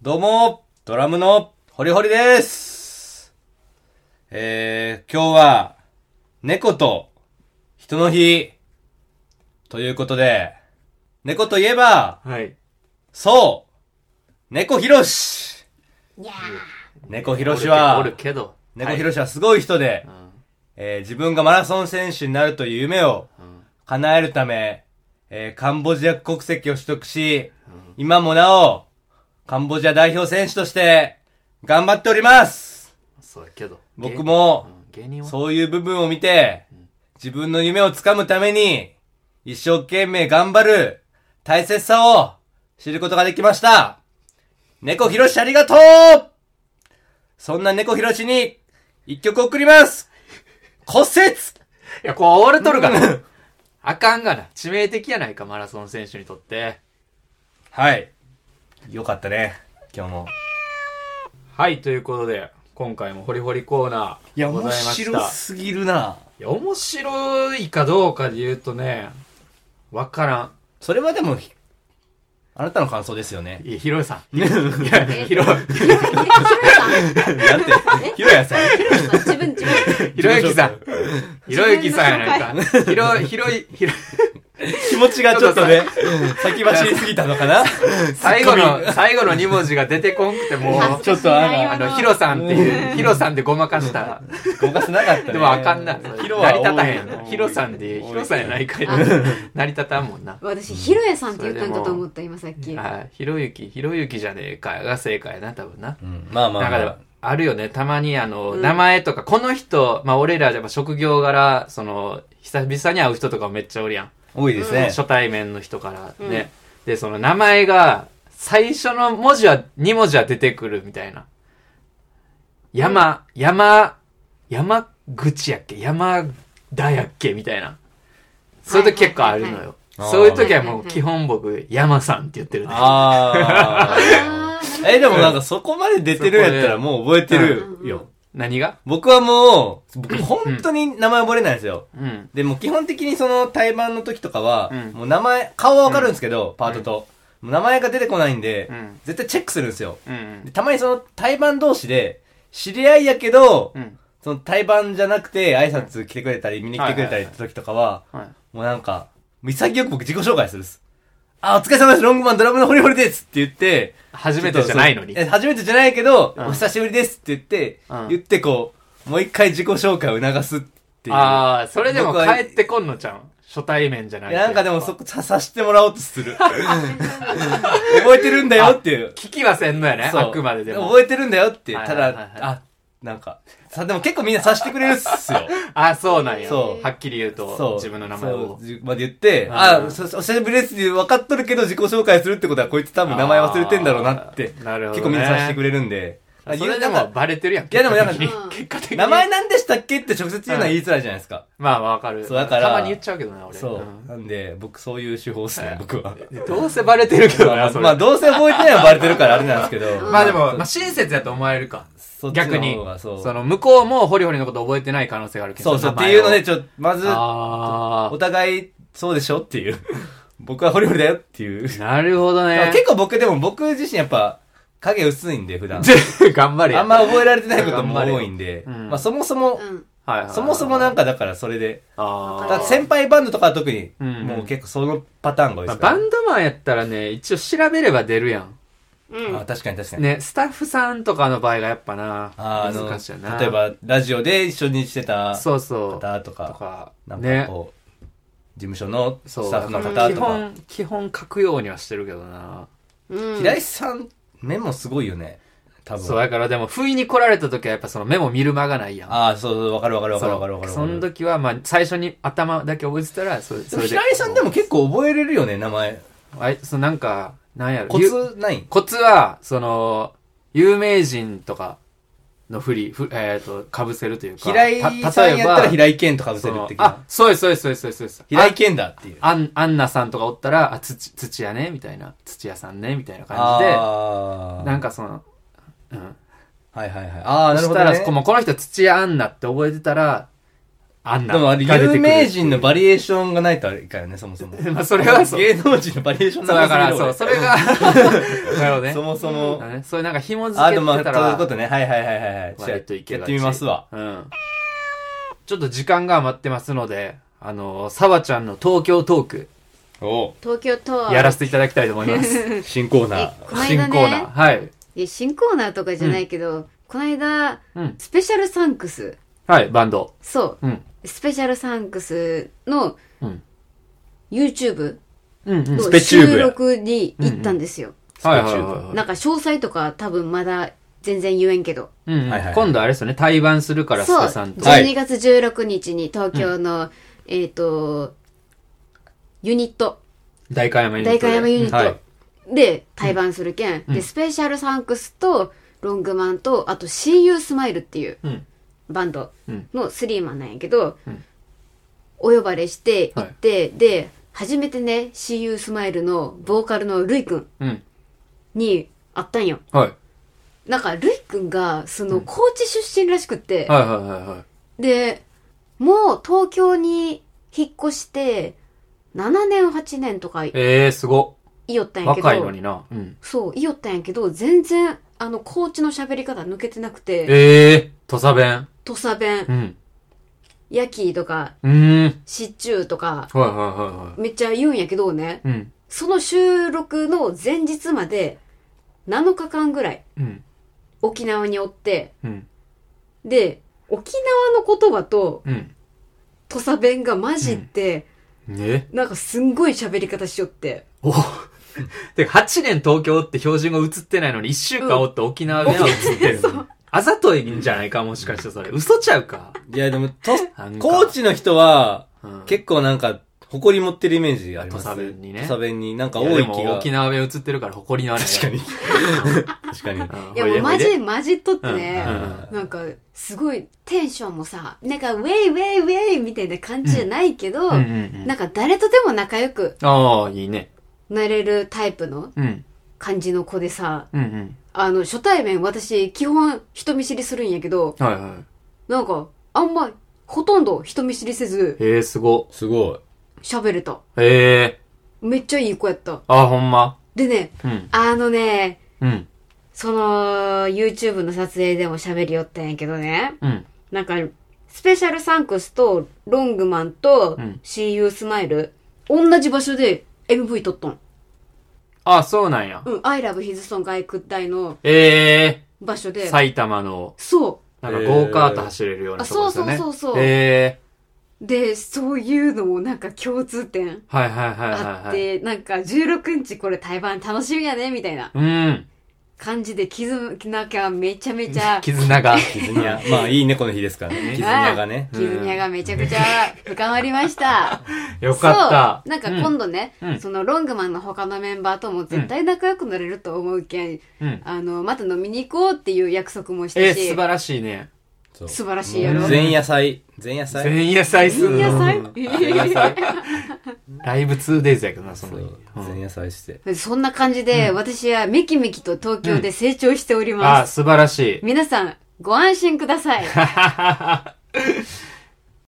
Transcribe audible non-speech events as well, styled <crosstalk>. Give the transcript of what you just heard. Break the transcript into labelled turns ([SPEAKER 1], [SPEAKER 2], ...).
[SPEAKER 1] どうも、ドラムのホリホリです。えー、今日は、猫と、人の日、ということで、猫といえば、
[SPEAKER 2] はい。
[SPEAKER 1] そう猫ひろし猫ひろしは
[SPEAKER 2] お、るけど。
[SPEAKER 1] 猫ひろしはすごい人で、
[SPEAKER 2] うん。
[SPEAKER 1] えー自分がマラソン選手になるという夢を
[SPEAKER 2] うん。
[SPEAKER 1] 叶えるため、えーカンボジア国籍を取得し、今もなお、カンボジア代表選手として、頑張っております
[SPEAKER 2] そうやけど。
[SPEAKER 1] 僕も
[SPEAKER 2] 芸人、うん芸人は
[SPEAKER 1] そういう部分を見て、自分の夢をつかむために、一生懸命頑張る、大切さを知ることができました猫ひろしありがとうそんな猫ひろしに、一曲送ります骨折
[SPEAKER 2] いや、こう、折れとるがな。 <laughs> あかんがな。致命的やないか、マラソン選手にとって。
[SPEAKER 1] <laughs> はい。よかったね、今日も。
[SPEAKER 2] はい、ということで、今回もホリホリコーナ
[SPEAKER 1] いや、
[SPEAKER 2] ーござい
[SPEAKER 1] 面
[SPEAKER 2] ました。
[SPEAKER 1] 白すぎるな。
[SPEAKER 2] いや、面白いかどうかで言うとね、わからん。
[SPEAKER 1] それはでも、ひあなたの感想ですよ <laughs> ね。
[SPEAKER 2] いや、ヒロさん。いや、ヒロ、
[SPEAKER 3] えひろゆきさん
[SPEAKER 1] なんて、ひろやさん。
[SPEAKER 3] ひろゆきさん自分自分
[SPEAKER 2] ひろゆきさん。ひろゆきさんやないか。ひろ、ひろい、ひろ、
[SPEAKER 1] 気持ちがちょっとね、先走りすぎたのかな
[SPEAKER 2] 最後の、最後の2文字が出てこんくて、もう。
[SPEAKER 1] ちょっとあら
[SPEAKER 2] あの、ヒロさんっていう、ヒロさんでごまかした。
[SPEAKER 1] 動かせなかったね。
[SPEAKER 2] でもあかんな。
[SPEAKER 1] ヒ
[SPEAKER 2] 成
[SPEAKER 1] ロは
[SPEAKER 2] り立たへ
[SPEAKER 1] 多い
[SPEAKER 2] ん。ヒロさんで、
[SPEAKER 1] 多い
[SPEAKER 2] ヒロさんやないかい
[SPEAKER 3] あ。
[SPEAKER 2] 成り立たんもんな。
[SPEAKER 3] 私ひろやさんって言ったんかと思った今さっき
[SPEAKER 2] あ、ひろゆき、ひろゆきじゃねえかが正解やな、多分な。
[SPEAKER 1] うんまあまあ
[SPEAKER 2] だか
[SPEAKER 1] ま
[SPEAKER 2] ら
[SPEAKER 1] あ。、
[SPEAKER 2] あるよね。たまに、あの、
[SPEAKER 3] うん
[SPEAKER 2] 名前とか、この人、まあ、俺ら、やっぱ職業柄、その、久々に会う人とかもめっちゃおるやん。
[SPEAKER 1] 多いですね。
[SPEAKER 2] 初対面の人からね。で、その名前が、最初の文字は、2文字は出てくるみたいな。山、山、山口やっけ山田やっけみたいな。そういう時結構あるのよ。
[SPEAKER 3] はいは
[SPEAKER 1] はい
[SPEAKER 3] い
[SPEAKER 1] はい
[SPEAKER 2] そういう時は
[SPEAKER 3] はい
[SPEAKER 2] もう
[SPEAKER 3] はいはい
[SPEAKER 2] 基本僕、山さんって言ってるね。
[SPEAKER 1] あ
[SPEAKER 3] あー
[SPEAKER 1] あ。え、でもなんかそこまで出てるんやったらもう覚えてるよ。
[SPEAKER 2] 何が
[SPEAKER 1] 僕はもう、僕本当に名前覚えれないんですよ。
[SPEAKER 2] うん。
[SPEAKER 1] でも基本的にその対バンの時とかは、
[SPEAKER 2] うん
[SPEAKER 1] もう名前、顔はわかるんですけど、パートと。もう名前が出てこないんで、
[SPEAKER 2] うん
[SPEAKER 1] 絶対チェックするんですよ。
[SPEAKER 2] うんう
[SPEAKER 1] で
[SPEAKER 2] ん。
[SPEAKER 1] たまにその対バン同士で、知り合いやけど、
[SPEAKER 2] うん。
[SPEAKER 1] その対バンじゃなくて挨拶来てくれたり、見に来てくれたりって時とかは、
[SPEAKER 2] はい。
[SPEAKER 1] もうなんか、もう潔く僕自己紹介するっす。あ、お疲れ様です、ロングマンドラムのホリホリですって言って、
[SPEAKER 2] 初めてじゃないのに。
[SPEAKER 1] ちょっとそうえ初めてじゃないけど、
[SPEAKER 2] うん
[SPEAKER 1] お久しぶりですって言って、
[SPEAKER 2] うん
[SPEAKER 1] 言ってこう、もう一回自己紹介を促すっていう。
[SPEAKER 2] ああ、それでも
[SPEAKER 1] 僕は
[SPEAKER 2] 帰ってこんのちゃん。初対面じゃないい。
[SPEAKER 1] やなんかでもそこささしてもらおうとする。 <laughs> 覚えてるんだよっていう。
[SPEAKER 2] 聞きはせんのやね。
[SPEAKER 1] そう
[SPEAKER 2] あくまででも。
[SPEAKER 1] 覚えてるんだよっていう。
[SPEAKER 2] はい
[SPEAKER 1] た
[SPEAKER 2] はいはいはい
[SPEAKER 1] だ、あ、なんか、さ、でも結構みんなさしてくれるっすよ。
[SPEAKER 2] あ、そうなんや。
[SPEAKER 1] そう
[SPEAKER 2] はっきり言うと、自分の名前
[SPEAKER 1] そう
[SPEAKER 2] を。
[SPEAKER 1] 自まで言って、
[SPEAKER 2] あー
[SPEAKER 1] あ、そお久しぶりですって分かっとるけど自己紹介するってことはこいつ多分名前忘れてんだろうなって
[SPEAKER 2] あ。ーなるほど
[SPEAKER 1] 結
[SPEAKER 2] ね
[SPEAKER 1] 構みんなさしてくれるんで。
[SPEAKER 2] あそれで
[SPEAKER 1] なん
[SPEAKER 2] も
[SPEAKER 1] か
[SPEAKER 2] バレてるやん。
[SPEAKER 1] いやでもなんか
[SPEAKER 2] 結果的に
[SPEAKER 3] うん
[SPEAKER 2] 結果的に。
[SPEAKER 1] 名前なんでしたっけって直接言うのは言いづらいじゃないですか。
[SPEAKER 2] まあわかる。
[SPEAKER 1] そうだから
[SPEAKER 2] たまに言っちゃうけどな、俺。
[SPEAKER 1] そうう。
[SPEAKER 2] ん
[SPEAKER 1] なんで、僕そういう手法っすね、僕は。
[SPEAKER 2] でどうせバレてるけど
[SPEAKER 1] ま
[SPEAKER 2] な、
[SPEAKER 1] あ
[SPEAKER 2] それ。
[SPEAKER 1] まあ、どうせ覚えてないはバレてるからあれなんですけど。
[SPEAKER 2] <laughs> まあでも、まあ親切やと思えるか。
[SPEAKER 1] そっちの
[SPEAKER 2] 逆に
[SPEAKER 1] 方が。そう
[SPEAKER 2] その、向こうもホリホリのこと覚えてない可能性があるけど。
[SPEAKER 1] そうそう、っ
[SPEAKER 2] の
[SPEAKER 1] て
[SPEAKER 2] 名
[SPEAKER 1] い
[SPEAKER 2] 前
[SPEAKER 1] う
[SPEAKER 2] を
[SPEAKER 1] ので、ちょ、まず、
[SPEAKER 2] あ
[SPEAKER 1] お互い、そうでしょっていう。僕はホリホリだよっていう。
[SPEAKER 2] あ。なるほどね。
[SPEAKER 1] 結構僕、でも僕自身やっぱ、影薄いんで、普段。
[SPEAKER 2] 構。頑張れや。
[SPEAKER 1] あんま覚えられてないことも多いんで、
[SPEAKER 2] うん
[SPEAKER 1] まあそもそも
[SPEAKER 3] う、ん
[SPEAKER 2] はいはいはい。
[SPEAKER 1] そもそもなんか
[SPEAKER 2] か、
[SPEAKER 1] だからそれで、
[SPEAKER 2] あ
[SPEAKER 1] だ
[SPEAKER 2] あ
[SPEAKER 1] から。先輩バンドとかは特に、
[SPEAKER 2] うん
[SPEAKER 1] もう結構そのパターンが多いで
[SPEAKER 2] まあ
[SPEAKER 1] すか
[SPEAKER 2] バ
[SPEAKER 1] ら。
[SPEAKER 2] ンドマンやったらね、一応調べれば出るやん。
[SPEAKER 3] うん
[SPEAKER 1] あ確かに確かに。
[SPEAKER 2] ね、スタッフさんとかの場合がやっぱな、
[SPEAKER 1] ああの、
[SPEAKER 2] 難しいよな。
[SPEAKER 1] 例え、ばラジオで一緒にしてた
[SPEAKER 2] そうそう。
[SPEAKER 1] 方と
[SPEAKER 2] と
[SPEAKER 1] か、
[SPEAKER 2] か、
[SPEAKER 1] なんか
[SPEAKER 2] ね。
[SPEAKER 1] こう、事務所の
[SPEAKER 2] そう。
[SPEAKER 1] スタッフの
[SPEAKER 2] だから
[SPEAKER 1] 方
[SPEAKER 2] 基
[SPEAKER 1] とか。
[SPEAKER 2] 本、基本書くようにはしてるけどな。
[SPEAKER 3] うん
[SPEAKER 1] 平井さん、メモすごいよね。多分。
[SPEAKER 2] そう、だからでも、不意に来られた時はやっぱそのメモ見る間がないやん。
[SPEAKER 1] ああ、そうそう、わかるわかるわかるわかるわかる。
[SPEAKER 2] そうその時は、まあ、最初に頭だけ覚えてたら、それ、
[SPEAKER 1] で
[SPEAKER 2] そ
[SPEAKER 1] も
[SPEAKER 2] れで。
[SPEAKER 1] 平井さんでも結構覚えれるよね、名前。
[SPEAKER 2] あい、そのなんか、なんやろ。
[SPEAKER 1] コ
[SPEAKER 2] ゆ
[SPEAKER 1] ツない
[SPEAKER 2] コツは、その、有名人とかのふり、ふえっ、と、かぶせるというか。
[SPEAKER 1] 平井さんやったら平井健とかぶ
[SPEAKER 2] そ
[SPEAKER 1] せる
[SPEAKER 2] の
[SPEAKER 1] って
[SPEAKER 2] あ、そうです、そうです、そうです、そうですそうです。
[SPEAKER 1] 平井健だっていう。
[SPEAKER 2] あん、アンナさんとかおったら、あ、土、土屋ね、みたいな。土屋さんね、みたいな感じで、
[SPEAKER 1] あー
[SPEAKER 2] なんかその、うん。
[SPEAKER 1] はいはいはい。ああ、なる
[SPEAKER 2] そし
[SPEAKER 1] ほ
[SPEAKER 2] た
[SPEAKER 1] ど、
[SPEAKER 2] ら、
[SPEAKER 1] ね。
[SPEAKER 2] こもうこの人土屋アンナって覚えてたら、アン
[SPEAKER 1] で
[SPEAKER 2] ナ
[SPEAKER 1] も
[SPEAKER 2] が
[SPEAKER 1] あ
[SPEAKER 2] 出
[SPEAKER 1] れ、
[SPEAKER 2] てくるっていう。
[SPEAKER 1] 有名人のバリエーションがないとあれからね、そ <laughs> もそも。
[SPEAKER 2] <laughs> まあ、それはそう。
[SPEAKER 1] 芸能人のバリエーション
[SPEAKER 2] そうだから、そう、それが、なるほどね。
[SPEAKER 1] そもそ
[SPEAKER 2] <laughs> そ
[SPEAKER 1] も
[SPEAKER 2] うだ。ねそういうなんか紐付
[SPEAKER 1] あ、で
[SPEAKER 2] けて
[SPEAKER 1] も、そうい
[SPEAKER 2] た
[SPEAKER 1] うこ
[SPEAKER 2] ら、
[SPEAKER 1] とね。はいはいはいはいはい。
[SPEAKER 2] 割といけ
[SPEAKER 1] や
[SPEAKER 2] が
[SPEAKER 1] って
[SPEAKER 2] ち
[SPEAKER 1] みますわ。
[SPEAKER 2] うん。ちょっと時間が余ってますので、あの、サバちゃんの東京トーク、
[SPEAKER 1] お
[SPEAKER 3] 東京タワー。
[SPEAKER 2] やらせていただきたいと思いま
[SPEAKER 1] <laughs>
[SPEAKER 2] す。
[SPEAKER 3] <laughs>
[SPEAKER 1] 新コーナー
[SPEAKER 3] え。この
[SPEAKER 2] 新
[SPEAKER 3] 間
[SPEAKER 2] コーナー。
[SPEAKER 3] ね、
[SPEAKER 2] はい。
[SPEAKER 3] いや新コーナーとかじゃないけど、この間、
[SPEAKER 2] うん。
[SPEAKER 3] スペシャルサンクス。
[SPEAKER 2] はい、バンド。
[SPEAKER 3] そう
[SPEAKER 2] うん。
[SPEAKER 3] う。スペシャルサンクスの
[SPEAKER 2] うん。
[SPEAKER 3] YouTube
[SPEAKER 2] うんうん。
[SPEAKER 1] ス
[SPEAKER 3] の
[SPEAKER 1] ペチューブ
[SPEAKER 3] 収録に行ったんですよ。
[SPEAKER 2] はいはいはいは
[SPEAKER 3] なんか詳細とか多分まだ全然言えんけど。
[SPEAKER 2] い。うん
[SPEAKER 1] はいはいは
[SPEAKER 2] うん。
[SPEAKER 1] い
[SPEAKER 2] 今度あれですよね、対バンするから、ス
[SPEAKER 3] そう。
[SPEAKER 2] カさんと。
[SPEAKER 1] はい
[SPEAKER 3] 12月16日に東京の、えっ、と、ユニット、
[SPEAKER 2] 大官山ユニッ
[SPEAKER 3] 代
[SPEAKER 2] ト
[SPEAKER 3] 官
[SPEAKER 2] で。
[SPEAKER 3] 山ユニット、
[SPEAKER 1] はい
[SPEAKER 3] で対バンするけん、
[SPEAKER 2] うん
[SPEAKER 3] でスペシャルサンクスとロングマンとあと CU スマイルっていう
[SPEAKER 2] うん
[SPEAKER 3] バンド
[SPEAKER 2] うん
[SPEAKER 3] のスリーマンなんやけど、
[SPEAKER 2] うん
[SPEAKER 3] お呼ばれして行って、で初めてね CU スマイルのボーカルのルイくん
[SPEAKER 2] うん。
[SPEAKER 3] に会ったんよ
[SPEAKER 2] はい。
[SPEAKER 3] なんかルイくんがその高知出身らしくって、
[SPEAKER 2] はいはいはいはい。
[SPEAKER 3] でもう東京に引っ越して7年8年とかい
[SPEAKER 2] ええー、すごっ。
[SPEAKER 3] よったんやけど
[SPEAKER 2] 若いのにな。うん。
[SPEAKER 3] そう、いよったんやけど、全然、あの、コーチの喋り方抜けてなくて、
[SPEAKER 2] ええー、土佐弁。
[SPEAKER 3] 土佐弁
[SPEAKER 2] う、ん。
[SPEAKER 3] 焼きとか、
[SPEAKER 2] うーん。
[SPEAKER 3] シチューとか、
[SPEAKER 2] はいはいはいは
[SPEAKER 3] めっちゃ言うんやけどね、
[SPEAKER 2] い。うん。
[SPEAKER 3] その収録の前日まで、7日間ぐらい、
[SPEAKER 2] うん。
[SPEAKER 3] 沖縄におって、
[SPEAKER 2] うん。
[SPEAKER 3] で、沖縄の言葉と
[SPEAKER 2] うん。
[SPEAKER 3] 土佐弁が混じって、
[SPEAKER 2] ね
[SPEAKER 3] なんかすんごい喋り方しよって、
[SPEAKER 2] お <laughs> てか、8年東京って標準語映ってないのに、1週間おって沖縄弁は映ってる。あざといんじゃないか、もしかしてそれ。嘘ちゃうか。
[SPEAKER 1] いや、でも、と
[SPEAKER 2] なんか、
[SPEAKER 1] 高知の人は、
[SPEAKER 2] うん
[SPEAKER 1] 結構なんか、誇り持ってるイメージがあります。
[SPEAKER 2] 土佐弁にね
[SPEAKER 1] 土佐弁に。なんか
[SPEAKER 2] いや
[SPEAKER 1] 多
[SPEAKER 2] で
[SPEAKER 1] い気
[SPEAKER 2] も
[SPEAKER 1] が。
[SPEAKER 2] 沖縄弁映ってるから誇りのあるね。
[SPEAKER 1] 確か <laughs> に。確かに。
[SPEAKER 2] うん。
[SPEAKER 3] いやもう
[SPEAKER 2] ほ
[SPEAKER 3] マ
[SPEAKER 2] でほいで
[SPEAKER 3] ジ、マジっとって
[SPEAKER 2] う
[SPEAKER 3] ね、
[SPEAKER 2] ん
[SPEAKER 3] なんか、すごいテンションもさ、なんか、ウェイウェイウェイみたいな感じじゃないけど、
[SPEAKER 2] うんうんうん。
[SPEAKER 3] なんか誰とでも仲良く
[SPEAKER 2] ああ、いいね。
[SPEAKER 3] なれるタイプの
[SPEAKER 2] うん。
[SPEAKER 3] 感じの子でさ、
[SPEAKER 2] うん
[SPEAKER 3] あの、初対面私基本人見知りするんやけど、
[SPEAKER 2] うん。はいはい。
[SPEAKER 3] なんか、あんま、ほとんど人見知りせず
[SPEAKER 2] ええー、すご。
[SPEAKER 1] すごい。 <laughs>
[SPEAKER 3] 喋れた。
[SPEAKER 2] ええ
[SPEAKER 3] めっちゃいい子やった。
[SPEAKER 2] ー。あ、ほんま。
[SPEAKER 3] でね、
[SPEAKER 2] うん。
[SPEAKER 3] あのね、
[SPEAKER 2] うん。
[SPEAKER 3] その、YouTube の撮影でも喋りよったんやけどね、
[SPEAKER 2] うん。
[SPEAKER 3] なんか、スペシャルサンクスとロングマンと
[SPEAKER 2] うん
[SPEAKER 3] CU スマイル、同じ場所で MV 撮っとん。
[SPEAKER 2] あ、そうなんや。
[SPEAKER 3] うん、I love his song 外区大の
[SPEAKER 2] え
[SPEAKER 3] 場所
[SPEAKER 2] えー。
[SPEAKER 3] で。
[SPEAKER 2] 埼玉の、
[SPEAKER 3] そう。
[SPEAKER 2] なんかゴーカート走れるような
[SPEAKER 3] えー
[SPEAKER 2] とこですよね。
[SPEAKER 3] あそうそうそうそう
[SPEAKER 2] え
[SPEAKER 3] で、そういうのもなんか共通点
[SPEAKER 2] えー。はいはいはいは
[SPEAKER 3] あっ
[SPEAKER 2] い、はい。
[SPEAKER 3] て、なんか16日これ台湾楽しみやね、みたいな
[SPEAKER 2] うん。
[SPEAKER 3] 感じで絆がめちゃめちゃ、
[SPEAKER 2] 絆
[SPEAKER 3] <laughs>
[SPEAKER 2] が。
[SPEAKER 1] 絆。まあ、いい猫の日ですからね。絆がね。
[SPEAKER 3] 絆がめちゃくちゃ深まりました。
[SPEAKER 2] <laughs> よかった。
[SPEAKER 3] そう。なんか今度ね、
[SPEAKER 2] うん
[SPEAKER 3] そのロングマンの他のメンバーとも絶対仲良くなれると思うけん、
[SPEAKER 2] うん。うん。
[SPEAKER 3] あの、また飲みに行こうっていう約束もし
[SPEAKER 2] え
[SPEAKER 3] た
[SPEAKER 2] ー、素
[SPEAKER 3] し、
[SPEAKER 2] 晴らしいね。
[SPEAKER 1] そう
[SPEAKER 3] 素晴らしいやろ。
[SPEAKER 1] 前夜祭。前夜祭。
[SPEAKER 2] 前夜祭するの。
[SPEAKER 3] 前夜祭
[SPEAKER 2] 前夜祭。ライブ 2days やけどな、そ
[SPEAKER 1] そ
[SPEAKER 2] の日
[SPEAKER 1] う。前夜祭して。
[SPEAKER 3] そんな感じで、私はめきめきと東京で成長しており
[SPEAKER 2] あ
[SPEAKER 3] ま
[SPEAKER 2] ー、
[SPEAKER 3] す。
[SPEAKER 2] 素晴らしい。
[SPEAKER 3] 皆さん、ご安心ください。